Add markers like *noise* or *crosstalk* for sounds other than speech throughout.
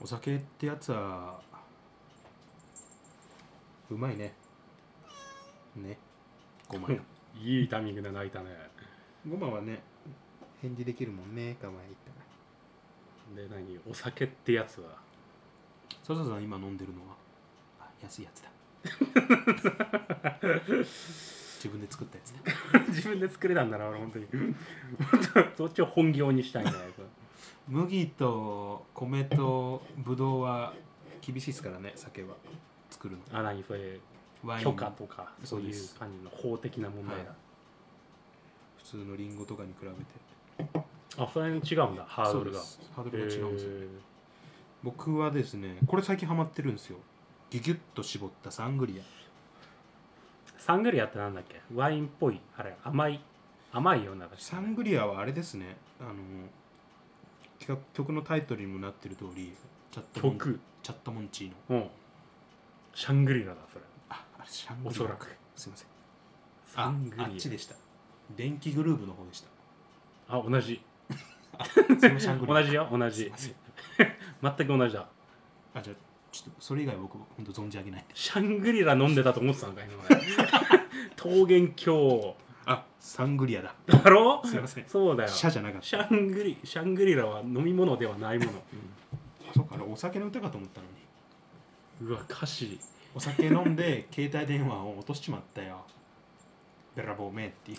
お酒ってやつはうまいねねごまやいいタイミングで泣いたね *laughs* ごまはね返事できるもんねかわいいってで何お酒ってやつは *laughs* 笹田さん今飲んでるのはあ安いやつ *laughs* だ自分で作ったやつだ自分で作れたんだな俺本当に *laughs* そっちを本業にしたいんだよ麦と米とぶどうは厳しいですからね酒は作るのあ何そういうワイン許可とかそそううでいすう感じの法的な問題だ、普通のリンゴとかに比べてあそれに違うんだハードルがそうですハードルが違うんですよ、へー僕はですねこれ最近ハマってるんですよギュギュッと絞ったサングリアサングリアってなんだっけワインっぽいあれ甘い甘いようなサングリアはあれですねあの企画曲のタイトルにもなってる通りチャットモン曲チャットモンチーノうんシャングリラだそれああれシャンおグリそラらくすいませんサあングリあアっちでした電気グルーブの方でしたあ同じそれもシャングリラ *laughs* 同じよ同すいじません全く同じだあじゃあちょっとそれ以外僕本当存じ上げないんでシャングリラ飲んでたと思ってたのか今 *laughs* 俺桃源郷あサングリアだだろすいませんそうだよシャじゃなかったシャングリシャングリラは飲み物ではないもの、あそうかあれお酒の歌かと思ったのにうわ歌詞お酒飲んで携帯電話を落としちまったよべらぼうめっていう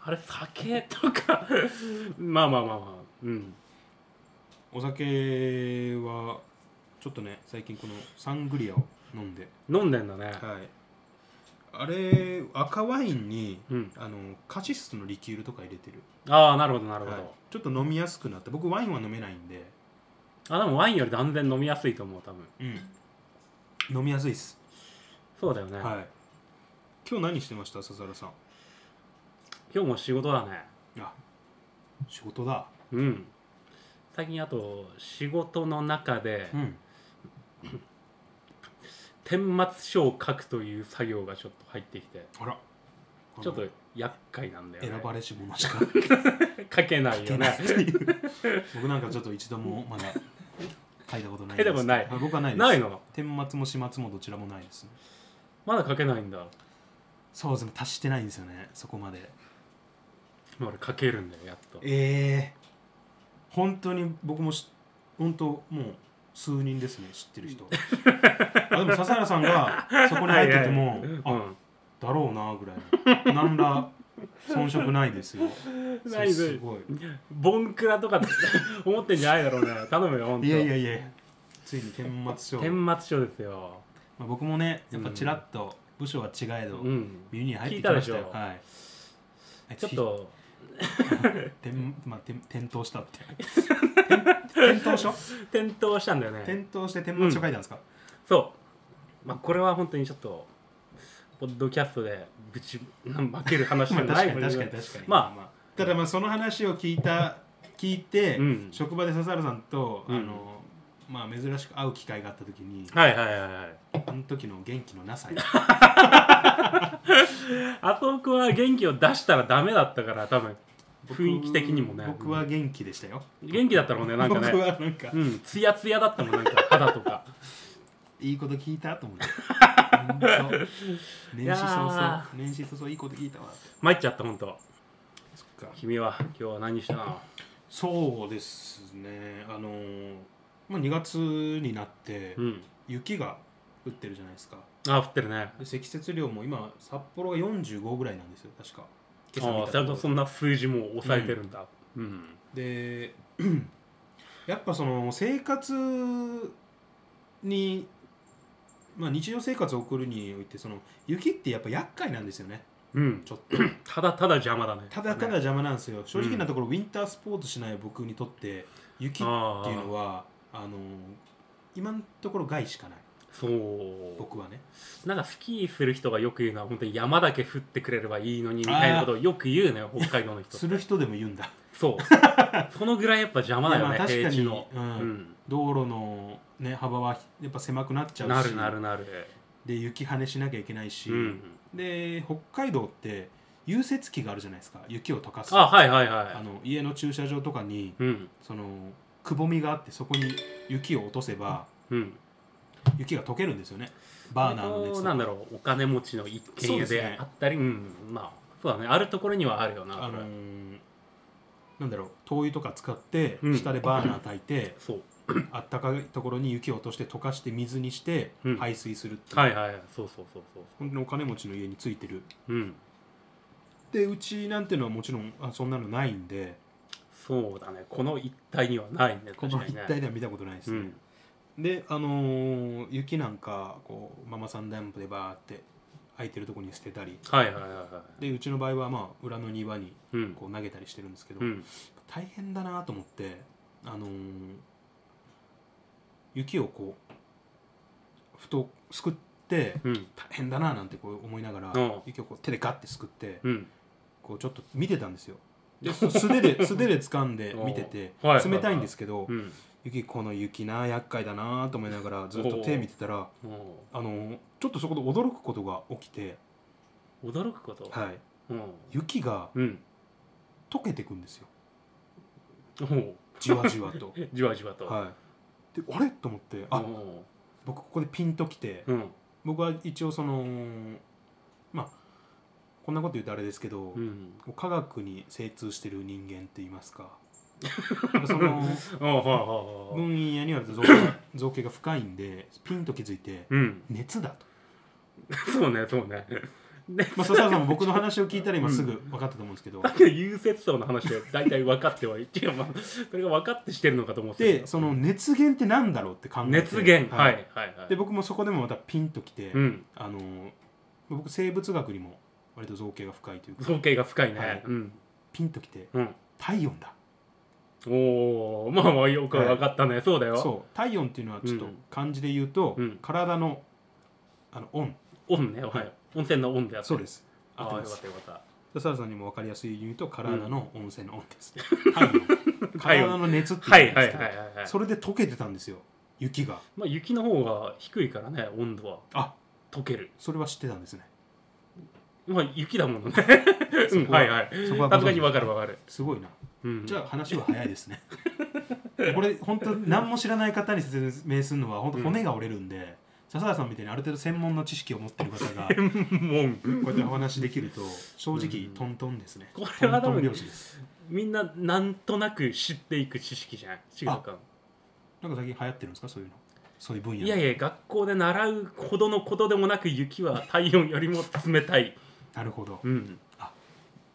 あれ酒とかまあまあまあまあうんお酒はちょっとね最近このサングリアを飲んで飲んでんだね、はいあれ赤ワインにうんあのカシスのリキュールとか入れてる、ああなるほどなるほど、はいちょっと飲みやすくなって僕ワインは飲めないんで、あでもワインより断然飲みやすいと思う多分うん、飲みやすいっす、そうだよね、はい今日何してました笹原さん今日も仕事だねあ仕事だうん最近あと仕事の中でん顛末書を書くという作業がちょっと入ってきてあらちょっと厄介なんだよね選ばれし者しか書けないよね僕なんかちょっと一度もまだ書いたことない書いたことないあ僕はないですないの顛末も始末もどちらもないですねまだ書けないんだそうですね達してないんですよねそこまでまあ俺書けるんだよやっとええ本当に僕もし本当もう数人ですね知ってる人あでも笹原さんがそこに入っててもうあんだろうなぐらいの何ら遜色ないですよそ *laughs* なれいすごいボンクラとかって思ってんじゃないだろ *laughs* うね頼むよ本当いやいやいやついに顛末書、顛末書ですよまあ、僕もねやっぱちらっと部署は違えど、うん耳に入ってきました聞いよたでしょはいあいつちょっとてん、まあ、てん転倒したって *laughs* 転転倒書転倒したんだよね転倒して転末書書いたんですか、そう、まあ、これは本当にちょっとポッドキャストでぶち負ける話じまゃあ、な確いかに確かに確かにまああただまあその話を聞いた聞いて、うん職場で笹原さんと、うんあのまあ珍しく会う機会があった時にはいはいはいはいあの時の元気のなさいあそこは元気を出したらダメだったから多分 *laughs* 雰囲気的にもね僕は元気でしたよ、元気だったろうねなんか僕ねはなんか、うんツヤツヤだったもんなんか肌とか *laughs* いいこと聞いたと思って本当年始早い々や年始早々いいこと聞いたわって参っちゃった本当そっか君は今日は何したのそうですねあのーまあ、2月になってうん雪が降ってるじゃないですかあ降ってるねで積雪量も今札幌が45ぐらいなんですよ確か今朝見ああたちゃんととこそんな数字も抑えてるんだうん、ろで *clears throat* やっぱその生活にまあ日常生活を送るにおいてその雪ってやっぱ厄介なんですよねうん、ちょっ *laughs* とただただ邪魔だねただただね邪魔なんですよ、正直なところ、ウィンタースポーツしない僕にとって雪っていうのはあの今のところ害しかないそう僕はねなんかスキーする人がよく言うのは本当に山だけ降ってくれればいいのにみたいなことをよく言うのよ北海道の人する人でも言うんだ *laughs* そうそのぐらいやっぱ邪魔だよいやねまあ確か平に地の、ううんん道路の、ね、幅はやっぱ狭くなっちゃうしなるなるなるで雪跳ねしなきゃいけないし、うんで北海道って融雪機があるじゃないですか雪を溶かすあはいはいはいあの家の駐車場とかにうんそのくぼみがあってそこに雪を落とせばうん、雪が溶けるんですよねバーナーの熱ことうかなんだろうお金持ちの一軒そ家うですでねあったり、うんまあそうだねあるところにはあるよなあこのれーなんだろう灯油とか使ってうん下でバーナー焚いて、そうあったかいところに雪を落として溶かして水にしてうん排水するっていう、はいはいはいそうそうそうそう本当にお金持ちの家についてるそううんでうちなんてのはもちろんあそんなのないんでそうだねこの一帯にはないねこ確のか一にね帯では見たことないですね、うんであのー雪なんかこうママさんダンプでバーって空いてるとこに捨てたりはいはいはいはでうちの場合はまあ裏の庭にいうんこう投げたりしてるんですけど、うん大変だなと思ってあのー雪をこうふとすくってうん大変だななんてこう思いながらうん雪をこう手でガッてすくってうんこうちょっと見てたんですよでそう素手で *laughs* 素手で掴んで見ててうんはい冷たいんですけどうん雪この雪な厄介だなと思いながらずっと手見てたらもあのーちょっとそこで驚くことが起きて、う驚くことはい、うん雪がうん溶けていくんですよお。じわじわと *laughs* うじわじわとはい、であれと思ってあお僕ここでピンときてううん僕は一応そのまあこんなこと言うとあれですけど、うんこう科学に精通してる人間って言います *laughs* かなんかそのあはいはいはいはい分野には造形が造形が深いんでピンと気づいてうん熱だと、そうねそうねでまあ、笹原さんも僕の話を聞いたら今すぐ分かったと思うんですけど、だけど融雪層の話で大体分かってはいて、まあ、それが分かってしてるのかと思ってでその熱源ってなんだろうって考えて熱源はいはいはいで僕もそこでもまたピンときて、うんあの僕生物学にも割と造形が深いというか造形が深いね、はいうんピンときてうん体温だおおまあまあよく分かったね、そうだよそう体温っていうのはちょっとうん漢字で言うと、うん体のあの温温ね、はい、温泉の温であってそうですあああとよでかっすたよかった笹原さんにも分かりやすいように言うと体の温泉の温です、 *laughs* 体温体温体の熱ってはいういんはでいすけはど、いはいはいそれで溶けてたんですよ雪がまあ、雪の方が低いからね温度はあ溶けるそれは知ってたんですねまあ雪だものね *laughs* そうこんはいはいそこはご存知さすがに分かる分かる、すごいなうん、じゃあ話は早いですね *laughs* これ本当何も知らない方に説明するのは本当骨が折れるんで、笹田さんみたいにある程度専門の知識を持ってる方 *laughs* がこもううやってお話できると正う直んトントンですね、こトれンはト多ン分拍子ですみんななんとなく知っていく知識じゃん違うかなんか最近流行ってるんですかそういうのそういう分野いやいや学校で習うほどのことでもなく雪は体温よりも冷たい、なるほど、うん、ま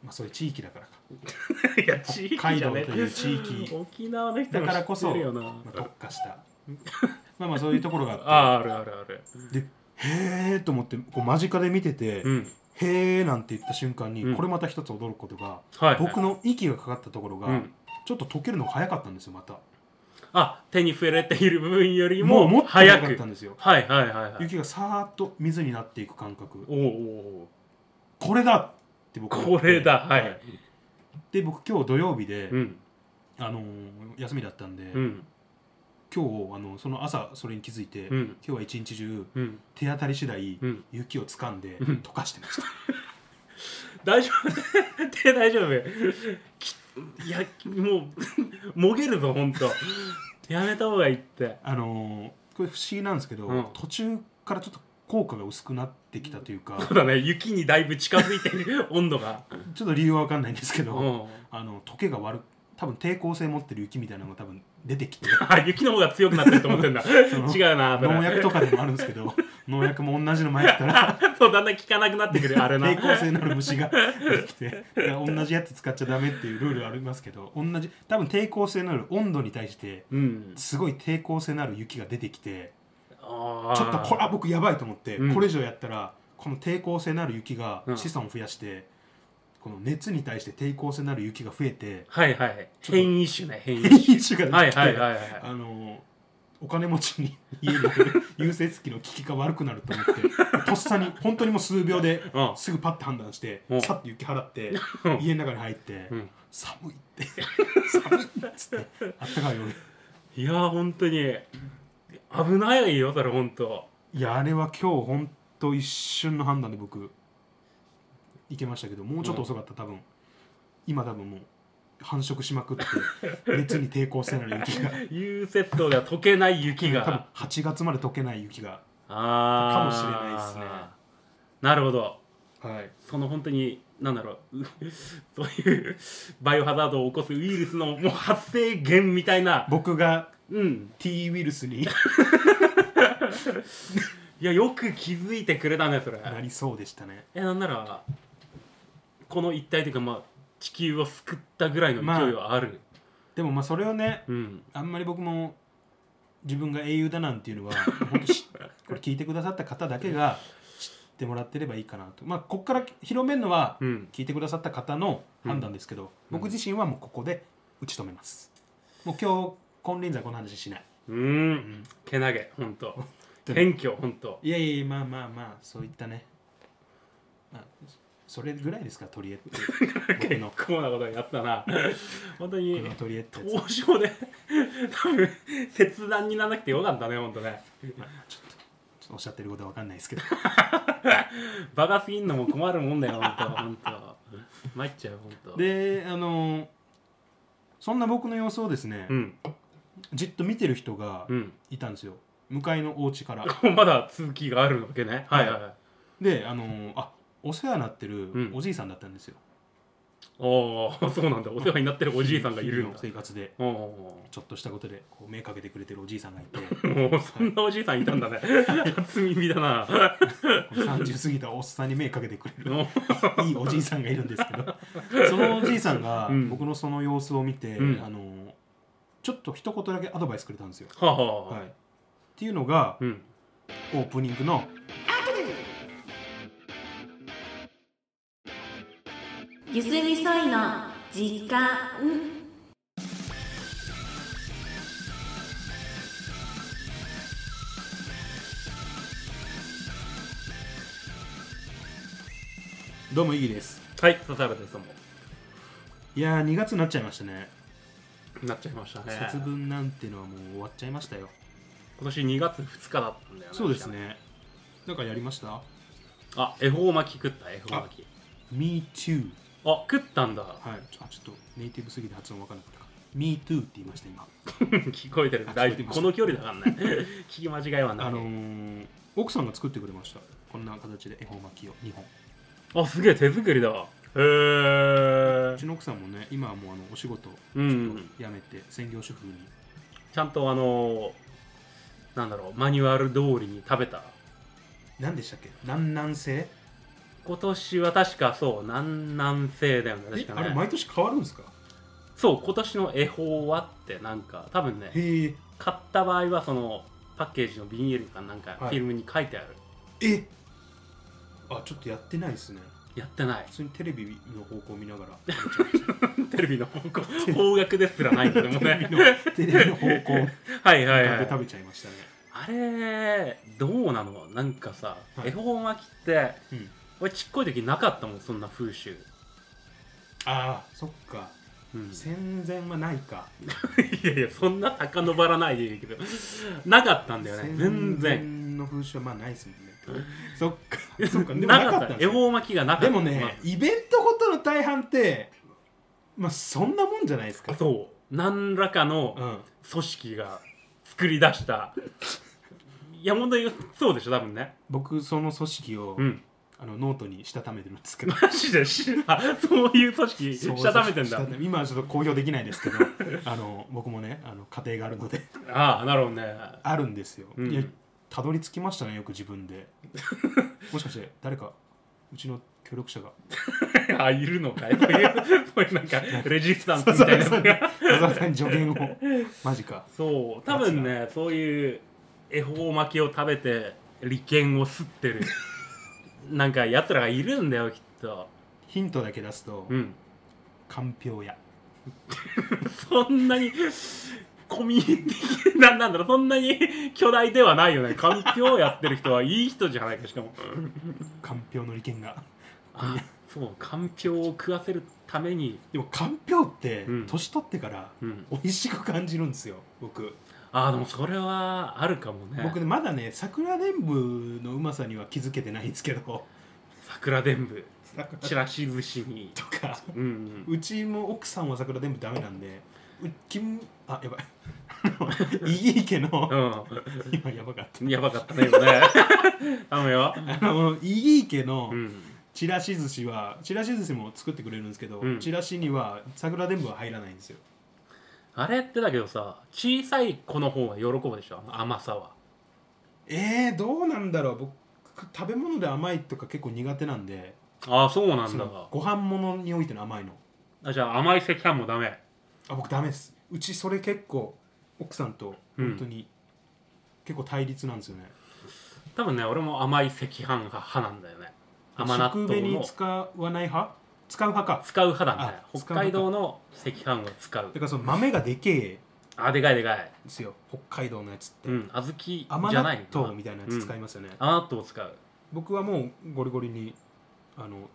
あ、そういう地域だからか *laughs* いや北地域海じ道ゃとねいう地域沖縄の人だもからこ知そ、ってるよなまあ、特化した *laughs* まあまあそういうところがあってああるあるあるへえと思ってこう間近で見てて、うんへえなんて言った瞬間に、うんこれまた一つ驚くことがはい、はい、僕の息がかかったところが、うん、ちょっと溶けるのが早かったんですよまたあ手に触れている部分よりもうももっと早早かっくたんですよはいはいはいはい雪がさーっと水になっていく感覚おうおうおうこれだって僕思こってれだはいで僕今日土曜日で、うんあのー休みだったんで、うん今日あのその朝それに気づいて、うん今日は一日中うん手当たり次第、うん雪を掴んでうん溶かしてました、大丈夫手大丈夫 *laughs* きいやもう *laughs* もげるぞほんとやめた方がいいってあのーこれ不思議なんですけど、うん途中からちょっと効果が薄くなってきたというかそうだね雪にだいぶ近づいてる温度がちょっと理由は分かんないんですけうど、んあの溶けが悪く多分抵抗性持ってる雪みたいなのが多分出てきてあ雪の方が強くなってると思ってんだの違う *laughs* なそれ農薬とかでもあるんですけど農薬も同じの前から *laughs* そうだんだん効かなくなってくるあれな抵抗性のある虫が出てきてだから同じやつ使っちゃダメっていうルールありますけど同じ多分抵抗性のある温度に対してうんすごい抵抗性のある雪が出てきてあーちょっとこれあ僕やばいと思って、うんこれ以上やったらこの抵抗性のある雪がうん資産を増やして、この熱に対して抵抗性のある雪が増えて *laughs* はいはいちょっと変異種ね変異 *laughs* 種変異種がは出いてきて、はいはいはいあのお金持ちに *laughs* 家に融雪機の効きが悪くなると思ってとっさに本当にもう数秒でうんすぐパッて判断してうんさっと雪払ってうん家の中に入ってうん寒いって寒いっつってあったかい夜いやー本当に危ないよそれ本当いやあれは今日本当一瞬の判断で僕行けましたけどもうちょっと遅かったら多分今多分もう繁殖しまくって *laughs* 熱に抵抗せない雪が融雪層が溶けない雪多分が8月まで溶けない雪があーかもしれないっすねなるほどはいその本当になんだろうう *laughs* そういうバイオハザードを起こすウイルスのもう発生源みたいな僕がうん T ウイルスにいやよく気づいてくれたねそれなりそうでしたねえなんならこの一体というかまあ地球を救ったぐらいの勢いはある、でもまあそれをねうんあんまり僕も自分が英雄だなんていうのは本当しこれ聞いてくださった方だけが知ってもらってればいいかなとまあここから広めるのはうん聞いてくださった方の判断ですけど、僕自身はもうここで打ち止めますもう今日金輪際この話しないうんけなげほんと当に謙虚ほんといやいやいやまあまあまあそういったね、まあ、それぐらいですか取り柄 *laughs* って僕結のこ構なことやった *laughs* な本当にの取り柄ってやつ交渉で多分切断にならなくてよかったねほんとねまあちょっとちょっとおっしゃってることは分かんないですけどバカすぎんのも困るもんだよほん *laughs* とほんと参っちゃうほん *laughs* とであのーそんな僕の様子をですね、うんじっと見てる人がうんいたんですよ向かいのお家からまだ続きがあるわけねはいはいはいであのーあお世話になってうるんおじいさんだったんですよ、おおそうなんだお世話になってるおじいさんがいる日の々の生活でおおちょっとしたことでこう目かけてくれてるおじいさんがいてもうそんなおじいさんいたんだ *laughs* ね初耳だな30過ぎたおっさんに目かけてくれ *laughs* るおいいおじいさんがいるんですけどそのおじいさんがうん僕のその様子を見て、うんあのちょっと一言だけアドバイスくれたんですよ。はあはあはい、っていうのがうんオープニングのゆすみそいの時間「どうもイギですはい笹原ですどうも」いやー2月になっちゃいましたねなっちゃいましたね節分なんてのはもう終わっちゃいましたよ今年2月2日だったんだよねそうですねなんかやりましたあ恵方巻き食った恵方巻き ?Me too あ食ったんだ *laughs* はいちょあちょっとネイティブすぎて発音わかんなかったか Me too って言いました今聞こえてる大丈夫この距離だからね *laughs* 聞き間違いはないあのー、奥さんが作ってくれましたこんな形で恵方巻きを2本あすげえ手作りだわへうえちの奥さんもね今はもうあのお仕事をちょっとうん辞めて専業主婦にちゃんとあのーなんだろうマニュアル通りに食べた何でしたっけ南南西今年は確かそう南南西だよね確えかあねれ毎年変わるんですかそう今年の恵方はってなんか多分ねへえ買った場合はそのパッケージのビニールかなんかフはいィルムに書いてある、えあちょっとやってないですねやってない普通にテレビの方向を見ながら *laughs* テレビの方向方角ですらないんだけどもテレねビのテレビの方向はいはいはでい食べちゃいましたね、あれどうなのなんかさ、はい恵方巻きってうん、俺ちっこい時なかったもんそんな風習、ああそっかうん、戦前はないかいやいやそんな遡らないでいいけどなかったんだよね全戦前然の風習はまあないですもんねそっ *laughs* かそっかでもななかかっったたんでね恵すね方巻きがなかったでもね、イベントごとの大半って、まあ、そんなもんじゃないですまか。あそう何らかのうん、組織が作り出したいや本当にそうでしょ多分ね僕、その組織を、うんあのノートにしたためてるんですけど。マジでしあそういう組織 *laughs* したためてんだしたため今はちょっと公表できないですけ *laughs* どあの僕もねあの家庭があるので *laughs* ああなるほどね *laughs* あるんですよ、うんいやたどり着きましたねよく自分 *laughs* でもしかして誰かうちの協力 *laughs* 者があいるのかいそういうそういうなんかレジスタンスみたいなのが野沢さんに助言をマジかそう多分ねそういう恵方巻きを食べて利権を吸って *laughs* るなんかやつらがいるんだよきっとヒントだけ出すとうんかんぴょう屋そんなにコミュニティななんだろうそんなに巨大ではないよね環境をやってる人はいい人じゃないかしかもかんぴょうの利権があそう環境を食わせるために、でもかんぴょうってうん年取ってからうん、美味しく感じるんですよ僕あでもそれはあるかもね僕ねまだね桜伝武のうまさには気づけてないんですけど桜伝武桜ちらし寿司に *laughs* とかうんうんうちも奥さんは桜全部ダメなんでうきんあやばいあの *laughs* イギリ家の今やばかっうんやばかったね今ね *laughs* ダメよたあのイギリ家のうんちらし寿司はちらし寿司も作ってくれるんですけど、うんちらしには桜全部は入らないんですよあれってだけどさ小さい子の方が喜ぶでしょ甘さはえー、どうなんだろう僕食べ物で甘いとか結構苦手なんでああそうなそんだのご飯物においての甘いのあじゃあ甘い赤飯もダメあ僕ダメですうちそれ結構奥さんとうん本当に、結構対立なんですよね多分ね俺も甘い赤飯が派なんだよね甘納食豆紅の使わない派使う派か使う派だねあ北海道の赤飯を使うだからその豆がでけえんあでかいでかいですよ北海道のやつって、うん小豆甘じゃない納豆みたいなやつ使いまますよね、甘納豆を使う僕はもうゴリゴリにあの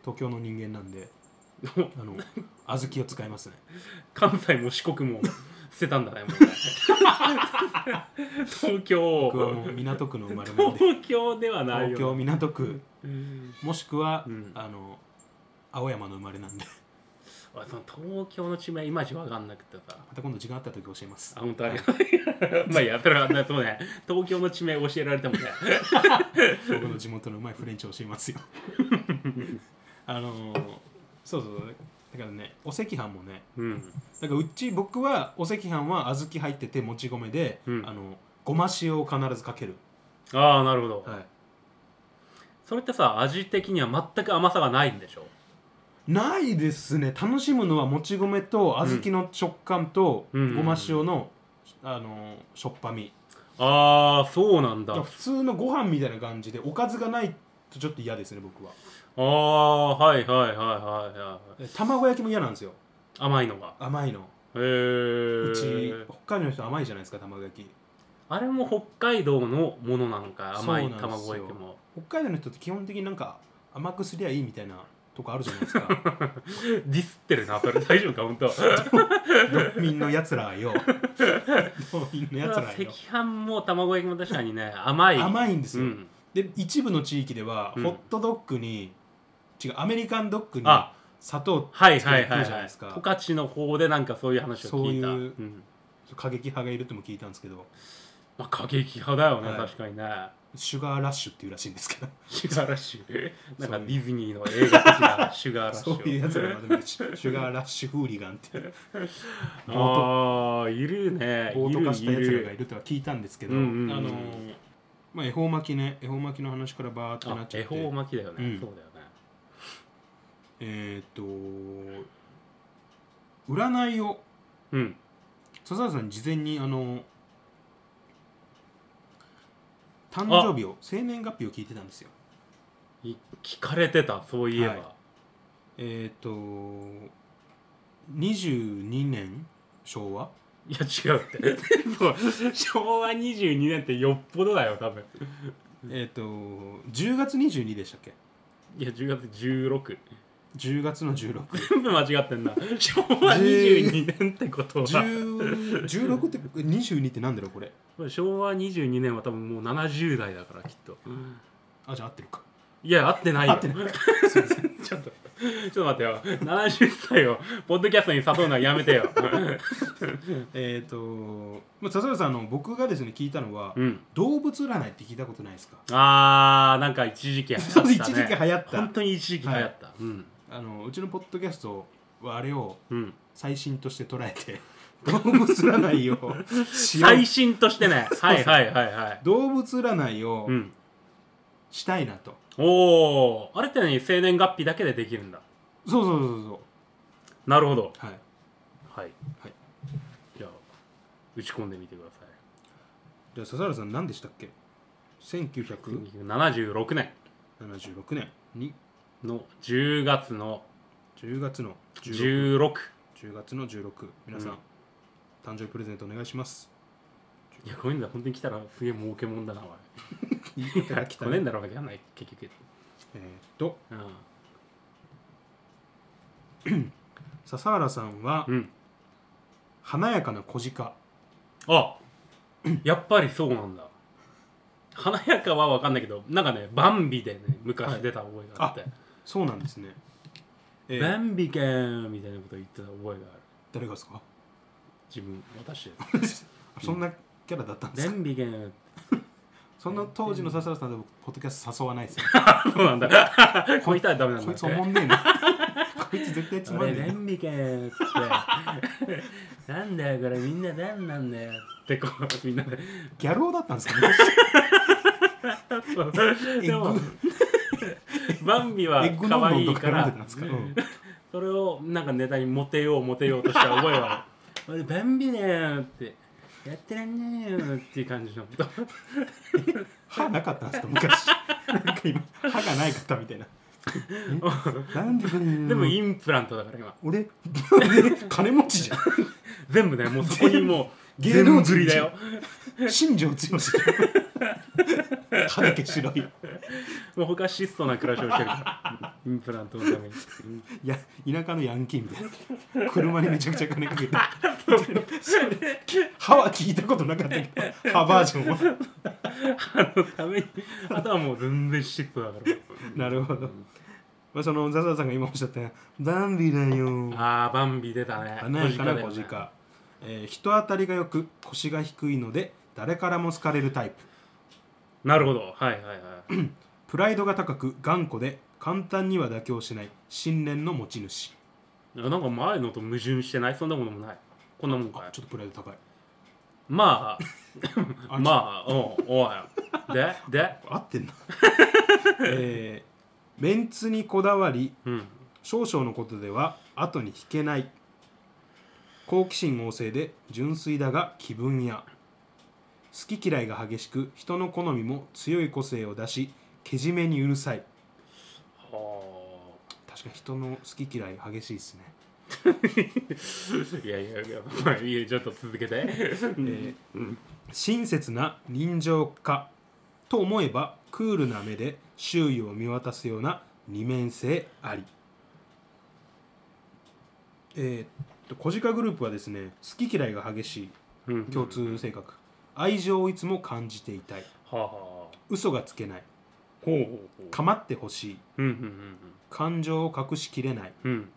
東京の人間なん *laughs* であの小豆を使いますね関西も四国も捨てたんだねも *laughs* うね東京僕はもう港区の生まれ *laughs* なんで東京ではない東京よ港区うんもしくは、うんあの青山の生まれなんで *laughs* 俺その東京の地名いまいちわかんなくてさまた今度時間あった時教えますあ本当あり *laughs* がとうまあいいやそれはねそうね東京の地名教えられてもね僕の地元のうまいフレンチ教えます *laughs* よあのそうそうだからねお赤飯もねうんだからうち僕はお赤飯は小豆入っててもち米で、うんあのごま塩を必ずかける、ああなるほど、はそれってさ味的には全く甘さがないんでしょい、ないですね楽しむのはもち米と小豆の食感とごうんうんま塩の、あのしょっぱみああそうなんだだからあ普通のご飯みたいな感じでおかずがないとちょっと嫌ですね僕はあーはいはいはいはいはいえ卵焼きも嫌なんですよ甘いのが甘いのへうちえ北海道の人甘いじゃないですか卵焼きあれも北海道のものなのか甘いそうなんです卵よ焼きも北海道の人って基本的になんか甘くすりゃいいみたいなとこあるじゃないです *laughs* かディスってるなそれ大丈夫か本 *laughs* 当道民のやつらよ道民のやつら赤よ飯も卵焼きも確かにね甘いい甘いんですうよ、ん、で一部の地域では、うんホットドッグに違うアメリカンドッグにあ砂糖はいはい作はるいじゃないはいですか十勝の方でなんかそういう話を聞いたそういうん過激派がいるとも聞いたんですけどまあ過激派だよね、はい確かにねシュガーラッシュっていうらしいんですけどシュガーラッシュなんかそうディズニーの映画的なシュガーラッシそういうュやつらまとめてシュシュガーラッシュフーリガンっていうああいるね暴徒化したやつらがいいるとは聞いたんですけどうんうんうんあのーまあ恵方巻きね恵方巻きの話からバーってなあっちゃっ恵て方巻きだよね、うんそうだよねえーっと占いをうん笹原さん事前にあの誕生日を生年月日を聞いてたんですよい聞かれてたそういえば、はいえーっと22年昭和い、や違 *laughs* うってそう昭和22年ってよっぽどだよ多分えーっと10月22でしたっけいや10月16 10月の16 *laughs* 全部間違って *laughs* んな昭和22年ってことは10 16って22ってなんだろうこれ昭和22年は多分もう70代だからきっとあじゃあ合ってるかいや合ってないよ合って *laughs* ないちょっとちょっと待ってよ70歳をポッドキャストに誘うのはやめて *laughs* よえーっと、まあ、笹原さんあの僕がですね聞いたのは、うん動物占いって聞いたことないですかあーなんか一時期流行った、そうね、一時期流行った本当に一時期流行った、うんあのうちのポッドキャストはあれをうん最新として捉えて *laughs* 動物占いをしよう最新とし *laughs* てねはいはいはいはい動物占いをうんしたいなと、おーあれってね生年月日だけでできるんだそうそうそうそなるほどうはいはい、はい、じゃあ打ち込んでみてくださいじゃあ笹原さん何でしたっけ1976 76年年にの10月の10月の16 16 10月の16皆さん、うん誕生日プレゼントお願いしますいやこういうの本当に来たらすげえ儲けもんだなお言いい方が来た来ねえねんだろうわけがない結局えーっとうん笹原さんはうん華やかな小鹿あ *clears throat* やっぱりそうなんだ華やかは分かんないけどなんかねバンビでね昔出た覚えがあって、そうなんですね。えバー、ンビケンみたいなこと言ってた覚えがある誰がです *laughs* か自分私です *laughs* そんなキャラだったんですバかンビケンその当時の笹原さんで僕、ポッドキャスト誘わない *laughs* ですよ。そうなん *laughs* だこいつはダメなんだこいつおもんねえな。こいつ絶対つま俺んねえバな。ンビケンってなんだよこれみんな何なんだよってこうみんなでギャローだったんですかね。でもバンビはエッグ可ノン愛ドンいとかか飲んでらたんですか。うんそれをなんかネタにモテようモテようとした覚えはある俺バンビだよってやってらんねえよっていう感じのこと歯なかったんですか、 *laughs* 昔。なんか今、歯がない方みたいな。えなんでこれでもインプラントだから今俺、 *laughs* 金持ちじゃん。全部ねもうそこにもう *laughs* 芸能人全振りだよ *laughs* 新庄剛志歯だけ白い。もう他質素な暮らしをしてるからインプラントのためにや田舎のヤンキーみたいな車にめちゃくちゃ金か *laughs* けて歯は聞いたことなかったけど歯バージョンはあのためにあとはもう全然質素だからなるほど、まあ、そのザザさんが今おっしゃった「ダンビだよ」あーバンビ出たね華やかなだよ小ね鹿、えー人当たりがよく腰が低いので誰からも好かれるタイプなるほどはいはいはいプライドが高く頑固で簡単には妥協しない信念の持ち主なんか前のと矛盾してないそんなものもないこんなもんかあいちょっとプライド高い *laughs* まああまあおうおいでで合って *laughs* んな、えーメンツにこだわりうん少々のことでは後に引けない好奇心旺盛で純粋だが気分屋好き嫌いが激しく人の好みも強い個性を出しけじめにうるさいは確かに人の好き嫌い激しいですね、あいやいやいやまあいいよちょっと続けてえー親切な人情家と思えばクールな目で周囲を見渡すような二面性ありえーっと小鹿グループはですね好き嫌いが激しいうん共通性格愛情をいつも感じていたいはあはあ嘘がつけないほうほうほう構ってほしいうんうん感情を隠しきれないうんうん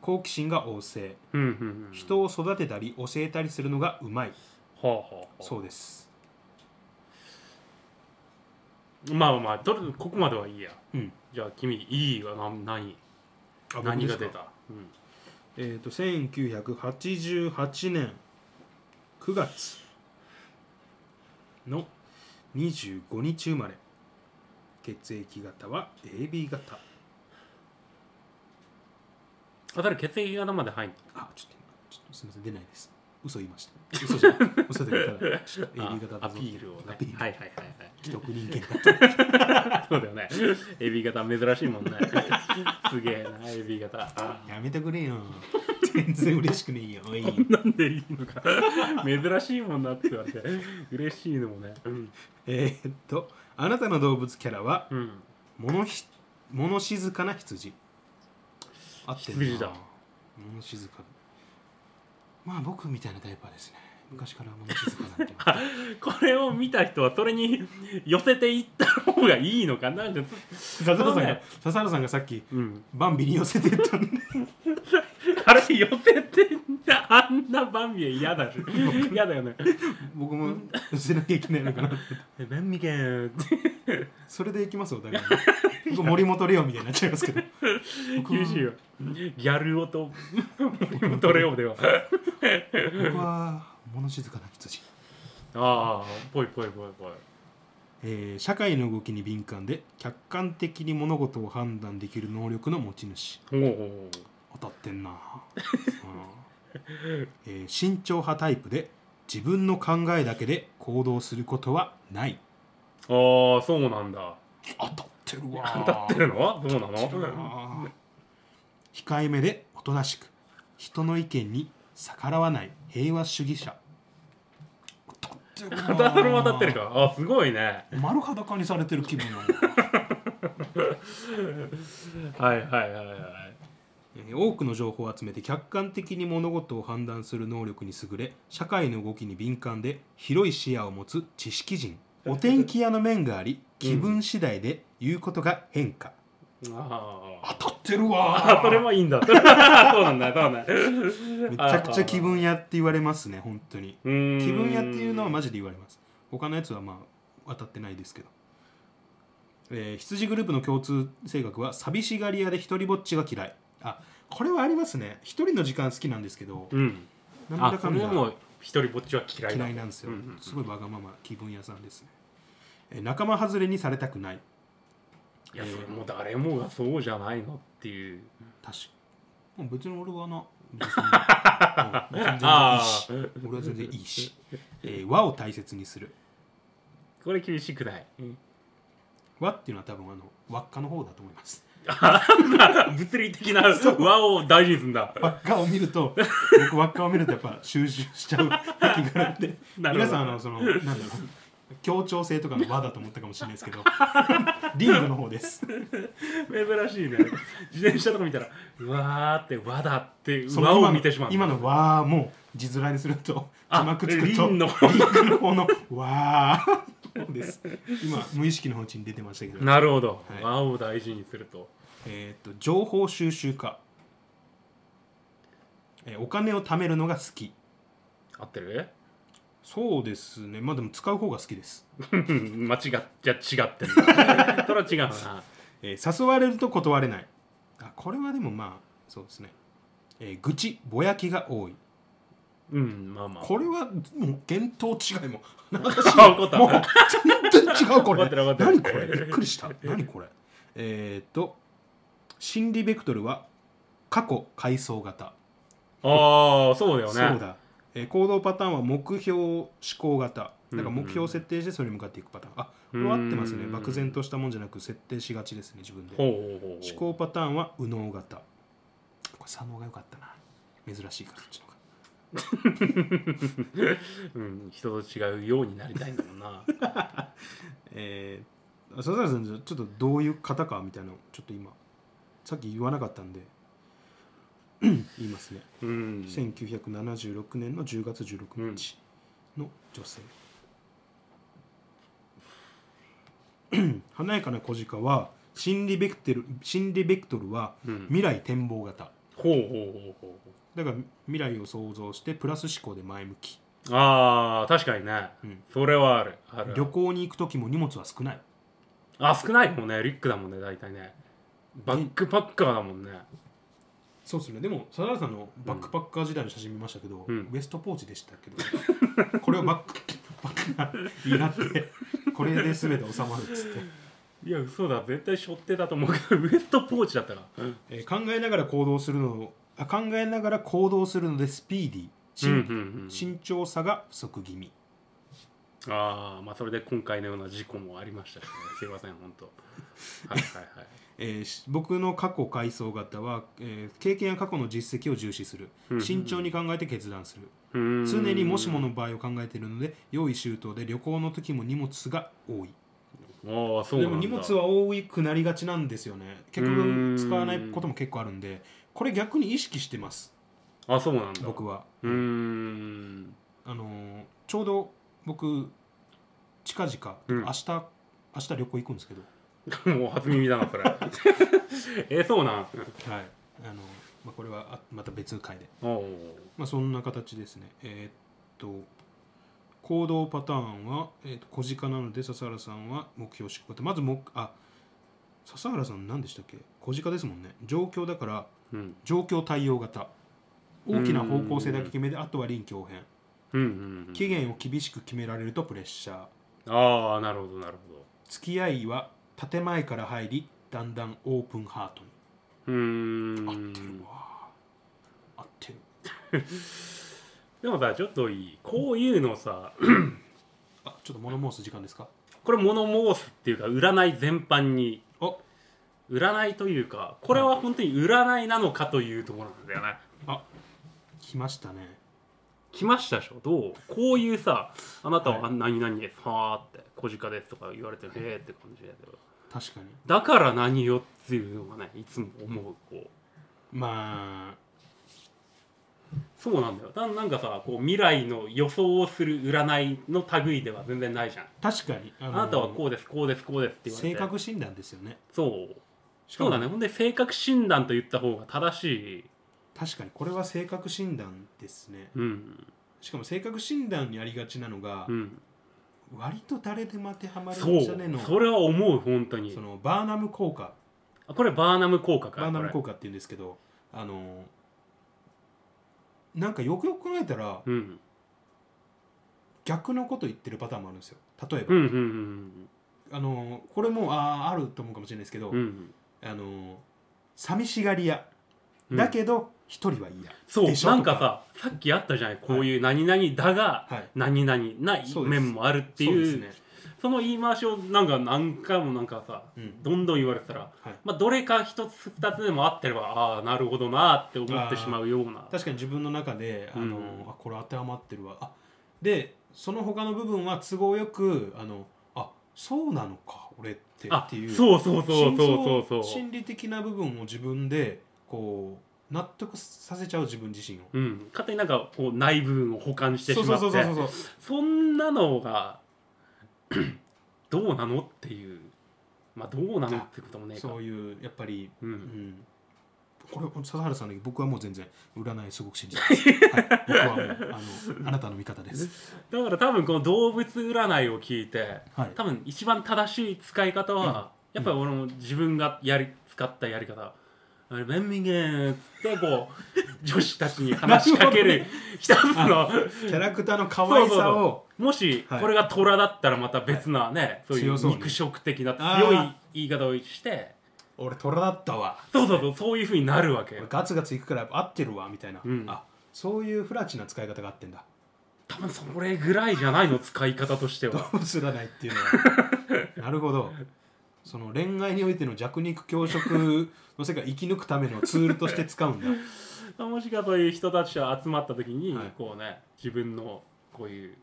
好奇心が旺盛うんうんうんうん人を育てたり教えたりするのがうまいはあはあはあそうですまあまあとりあえずここまではいいやうんじゃあ君いいがな何あ僕何でがすか出たうんえーっと1988年9月の25日生まれ血液型は AB 型あたり血液型まで入んのあちょっと今ちょっとすみません出ないです嘘言いました嘘じゃない嘘で言ったらちょっと AB 型アピールをアねピールはいはいはいはい既得人間だと *laughs* そうだよね。エビ型珍しいもんね。 *laughs* すげえな、エビ型。やめてくれよ全然嬉しくねえ *laughs* よおいなんでいいのか。珍しいもんなって言われて、嬉しいのもね。うん。えーっとあなたの動物キャラはうん、物ひ物静かな羊あってんな羊だ物静かまあ僕みたいなタイプはですね昔から物静かなんてあこれを見た人は、それに *laughs* 寄せていった方がいいのかな。じゃ *laughs* 笹原さんが笹原さんがさっきうん、バンビに寄せてったんであれ寄せてあんなバンビエ嫌だし嫌だよね僕も寄せなきゃいけないのかなえバンビケンってそれでいきますよ、お互いに。僕森本レオみたいになっちゃいますけど。僕厳しいはよギャル男森本レオでは僕は物静かな羊、ああぽいぽいぽいぽいえー社会の動きに敏感で、客観的に物事を判断できる能力の持ち主。おお当たってんな、うんえー慎重派タイプで、自分の考えだけで行動することはない。ああそうなんだ当たってるわ。当たってるのそうなのあー控えめでおとなしく人の意見に逆らわない平和主義者当たってるも当たってるかあーすごいね丸裸にされてる気分なの、はいはいはいはいえー多くの情報を集めて客観的に物事を判断する能力に優れ社会の動きに敏感で広い視野を持つ知識人お天気屋の面があり気分次第で言うことが変化、ああ当たってるわあそれもいいんだ *laughs* そうなんだそうなんだめちゃくちゃ気分屋って言われますね本当にうーん気分屋っていうのはマジで言われます他のやつはまあ当たってないですけど、えー羊グループの共通性格は寂しがり屋で一人ぼっちが嫌いあこれはありますね一人の時間好きなんですけどうんなんあだそかんれだも一人ぼっちは嫌いだ嫌いなんですよ、うんうんうんすごいわがまま気分屋さんですね、えー仲間外れにされたくないいやそれもう誰もがそうじゃないのっていう確かもう別に俺はな別 *laughs* にうん別に全然いいし俺は全然いあーいし、えー和を大切にするこれ厳しくない、和っていうのは多分あの輪っかの方だと思います *laughs* 物理的な和を大事にすんだ輪っかを見ると僕輪っかを見るとやっぱ収集しち *laughs* ゃう気があってなるほど皆さんあのそのなんだろう協調性とかの和だと思ったかもしれないです *laughs* けどリングの方です珍しいね自転車とか見たら「うわ」って「和だ」って「その和今のを見てしまう今の和も字面にするとあ字幕つくとリン *laughs* のリングの方の和です今無意識のうちに出てましたけどなるほど、はい和を大事にするとえー、と情報収集家、えーお金を貯めるのが好き合ってるそうですねまあでも使う方が好きです、間違っちゃ違ってる *laughs* なそれは違うなえー誘われると断れないあこれはでもまあそうですね、えー愚痴ぼやきが多いうんまあまあこれはもう見当違いもあ怒ったもう全然違うこれ待ってる待ってる何これびっくりした何これえっ、と心理ベクトルは過去階層型 *laughs* ああそうだよねそうだ、えー行動パターンは目標思考型だから目標を設定してそれに向かっていくパターン、あこれは合ってますねうん漠然としたもんじゃなく設定しがちですね自分でほう思ほうほうほ考うパターンは右脳型これ左脳が良かったな珍しいからそっちの方がうん、人と違うようになりたいんだも *laughs* んなえー、笹原さんちょっとどういう方かみたいなのをちょっと今さっき言わなかったんで *clears throat* 言いますね、うん1976年の10月16日の女性、華やかな小鹿は心理ベクテル心理ベクトルはうん未来展望型ほうほうほうほだから未来を想像してプラス思考で前向きうああ確かにね、うんそれはあるある旅行に行く時も荷物は少ないあ少ないもんねリュックだもんね大体ねバックパッカーだもんねそうですねでも佐原さんのバックパッカー時代の写真見ましたけど、うんウエストポーチでしたけどこれをバックパッカーにな *laughs* ってこれで全て収まるっつって、いや嘘だ絶対背負ってたと思うけど *laughs* ウエストポーチだったら、えー考えながら行動するのをあ考えながら行動するのでスピーディーうん慎,、うんうん、慎重さが不足気味ああまあそれで今回のような事故もありましたし、ね、すいません *laughs* 本当はいはいはいえーし僕の過去回想型は、えー経験や過去の実績を重視するうんうん慎重に考えて決断するうーん常にもしもの場合を考えているので用意周到で旅行の時も荷物が多いああそうでなんもだ荷物は多くなりがちなんですよね結うー局ん使わないことも結構あるんでこれ逆に意識してますあそうなんだ僕はうーんあのーちょうど僕近々、うん明日明日旅行行くんですけど、もう初耳だなそれ *laughs* えそうなんはいあのーまあ、これはあまた別回で、おおまあ、そんな形ですねえーっと行動パターンは、えーっと小鹿なので笹原さんは目標執行まずもあ笹原さん何でしたっけ小鹿ですもんね状況だからうん状況対応型大きな方向性だけ決めてあとは臨機応変うんうんうん期限を厳しく決められるとプレッシャーああなるほどなるほど付き合いは建前から入りだんだんオープンハートにうーん合ってるわ合ってるでもさちょっといいこういうのさ *clears throat* あちょっと物申す時間ですかこれ物申すっていうか占い全般にお占いというかこれは本当に占いなのかというところなんだよね来ましたね来ましたでしょどうこういうさあなたははあ何々ですはーって小鹿ですとか言われてへーって感じだけど確かにだから何よっていうのがねいつも思うこうまそうなんだよだなんかさこう未来の予想をする占いの類では全然ないじゃんあ確かにああのなたはこうですこうですこうですって言われて性格診断ですよねそうしかそもうだねほんで性格診断と言った方が正しい確かにこれは性格診断ですねうんしかも性格診断にありがちなのが、うん割と誰でも当てはまるそんじゃねえのうそれは思う本当にそのバーナム効果あこれバーナム効果かバーナムこ効果って言うんですけどあのなんかよくよく考えたられうん逆のこと言ってるパターンもあるんですよ例えば、うんうんあのこれもあーあると思うかもしれないですけど、うんうんあの寂しがり屋うんだけど一人は嫌、そうでしょなんかとかささっきあったじゃないこういう何々だがはい何々ないそうです面もあるってそうでいすうね、その言い回しをなんか何回もなんかさうんどんどん言われてたら、はい、まあ、どれか一つ二つでも合ってればああなるほどなって思ってしまうような確かに自分の中であの、うんあこれ当てはまってるわあでその他の部分は都合よくあのあそうなのか俺ってあっていうそうそうそうそうそうそう心理的な部分を自分でこう納得させちゃう自分自身をうん、勝手になんかこうない部分を保管してしそうまそっうてそうそうそうそんなのがどうなのっていうまあどうなのってこともねえかそういうやっぱり、う、うんん、これ笹原さんだけど僕はもう全然占いすごく信じて *laughs* ます、はい、僕はもうあのあなたの味方ですだから多分この動物占いを聞いてはい多分一番正しい使い方は、うんやっぱり俺も自分がやり使ったやり方「あれメンミゲン」ってこ *laughs* う女子たちに話しかける一つのキャラクターの可愛さをもしはいこれが虎だったらまた別なね、そうい強そううに肉食的なあー強い言い方をして俺虎だったわそうそうそうそういうふうになるわけ俺ガツガツいくからやっぱ合ってるわみたいな、うんあそういうフラチな使い方があってんだ *laughs* 多分それぐらいじゃないの使い方として動は物占いっていう *laughs* のはなるほどその恋愛においての弱肉強食の世界を生き抜くためのツールとして使うんだ *laughs* もしかそういう人たちが集まった時に、はいこうね自分のこういう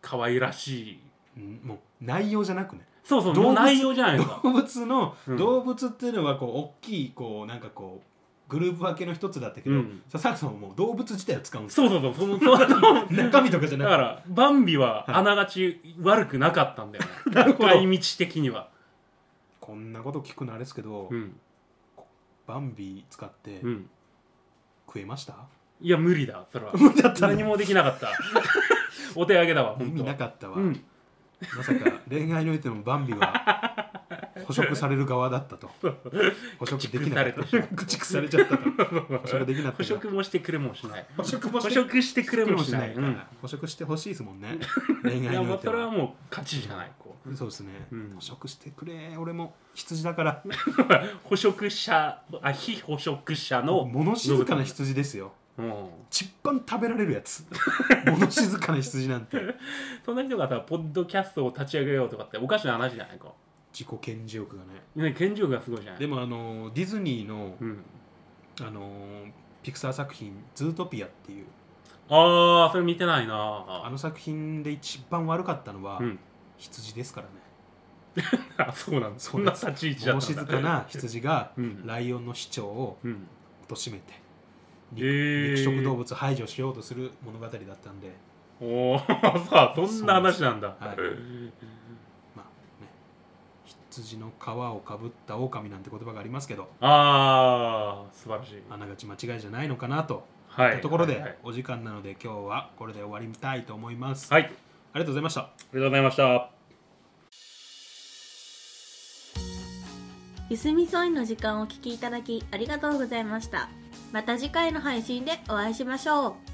可愛らしいうんもう内容じゃなくねそうそう動物もう内容じゃない *laughs* ですか動物の、うん動物っていうのはこう大きいこうなんかこうグループ分けの一つだったけど、うん笹原さんはもう動物自体を使うん *laughs* ですよそうそうそうそのそ *laughs* うそう中身とかじゃだなくかてらバンビははいあながち悪くなかったんだよね、 *laughs* なるほど使い道的にはこんなこと聞くのあれですけど、うんバンビ使ってうん食えました、いや無理だそれは無理だったの何もできなか *laughs* ったお手上げだわ意本当味なかったわ、うんまさか恋愛においてもバンビは *laughs* 捕食される側だったと捕食できなかった *laughs* 駆逐されちゃったと捕食できなかった捕食もしてくれもしない捕食もし捕て食してくれもしないから捕食してほしいですもんね恋うんい愛やにおもいうてそれははもう勝ちじゃないこうそうですね、うん捕食してくれ俺も羊だから捕食者あ非捕食者の物静かな羊ですようんちっぱん食べられるや *laughs* つ物静かな羊なんてそんな人がさポッドキャストを立ち上げようとかっておかしな話じゃないか自己顕示欲がねね健常がすごいじゃないでもあのディズニーの、うんあのピクサー作品「ズートピア」っていうああそれ見てないなああの作品で一番悪かったのは、うん羊ですからねあそうなんだそんな立ち位置だ物った静んだかな羊がうんライオンの市長をうん貶めてえ肉,、ー食動物を排除しようとする物語だったんで、おお *laughs* さあそんな話なんだそうですまあね、羊の皮をかぶった狼なんて言葉がありますけどああ素晴らしいあながち間違いじゃないのかなとはいいったところはいはいでお時間なので今日はこれで終わりたいと思います、はいありありがとうございましたがとうございましたゆすみそいの時間をお聞きいただきありがとうございましたまた次回の配信でお会いしましょう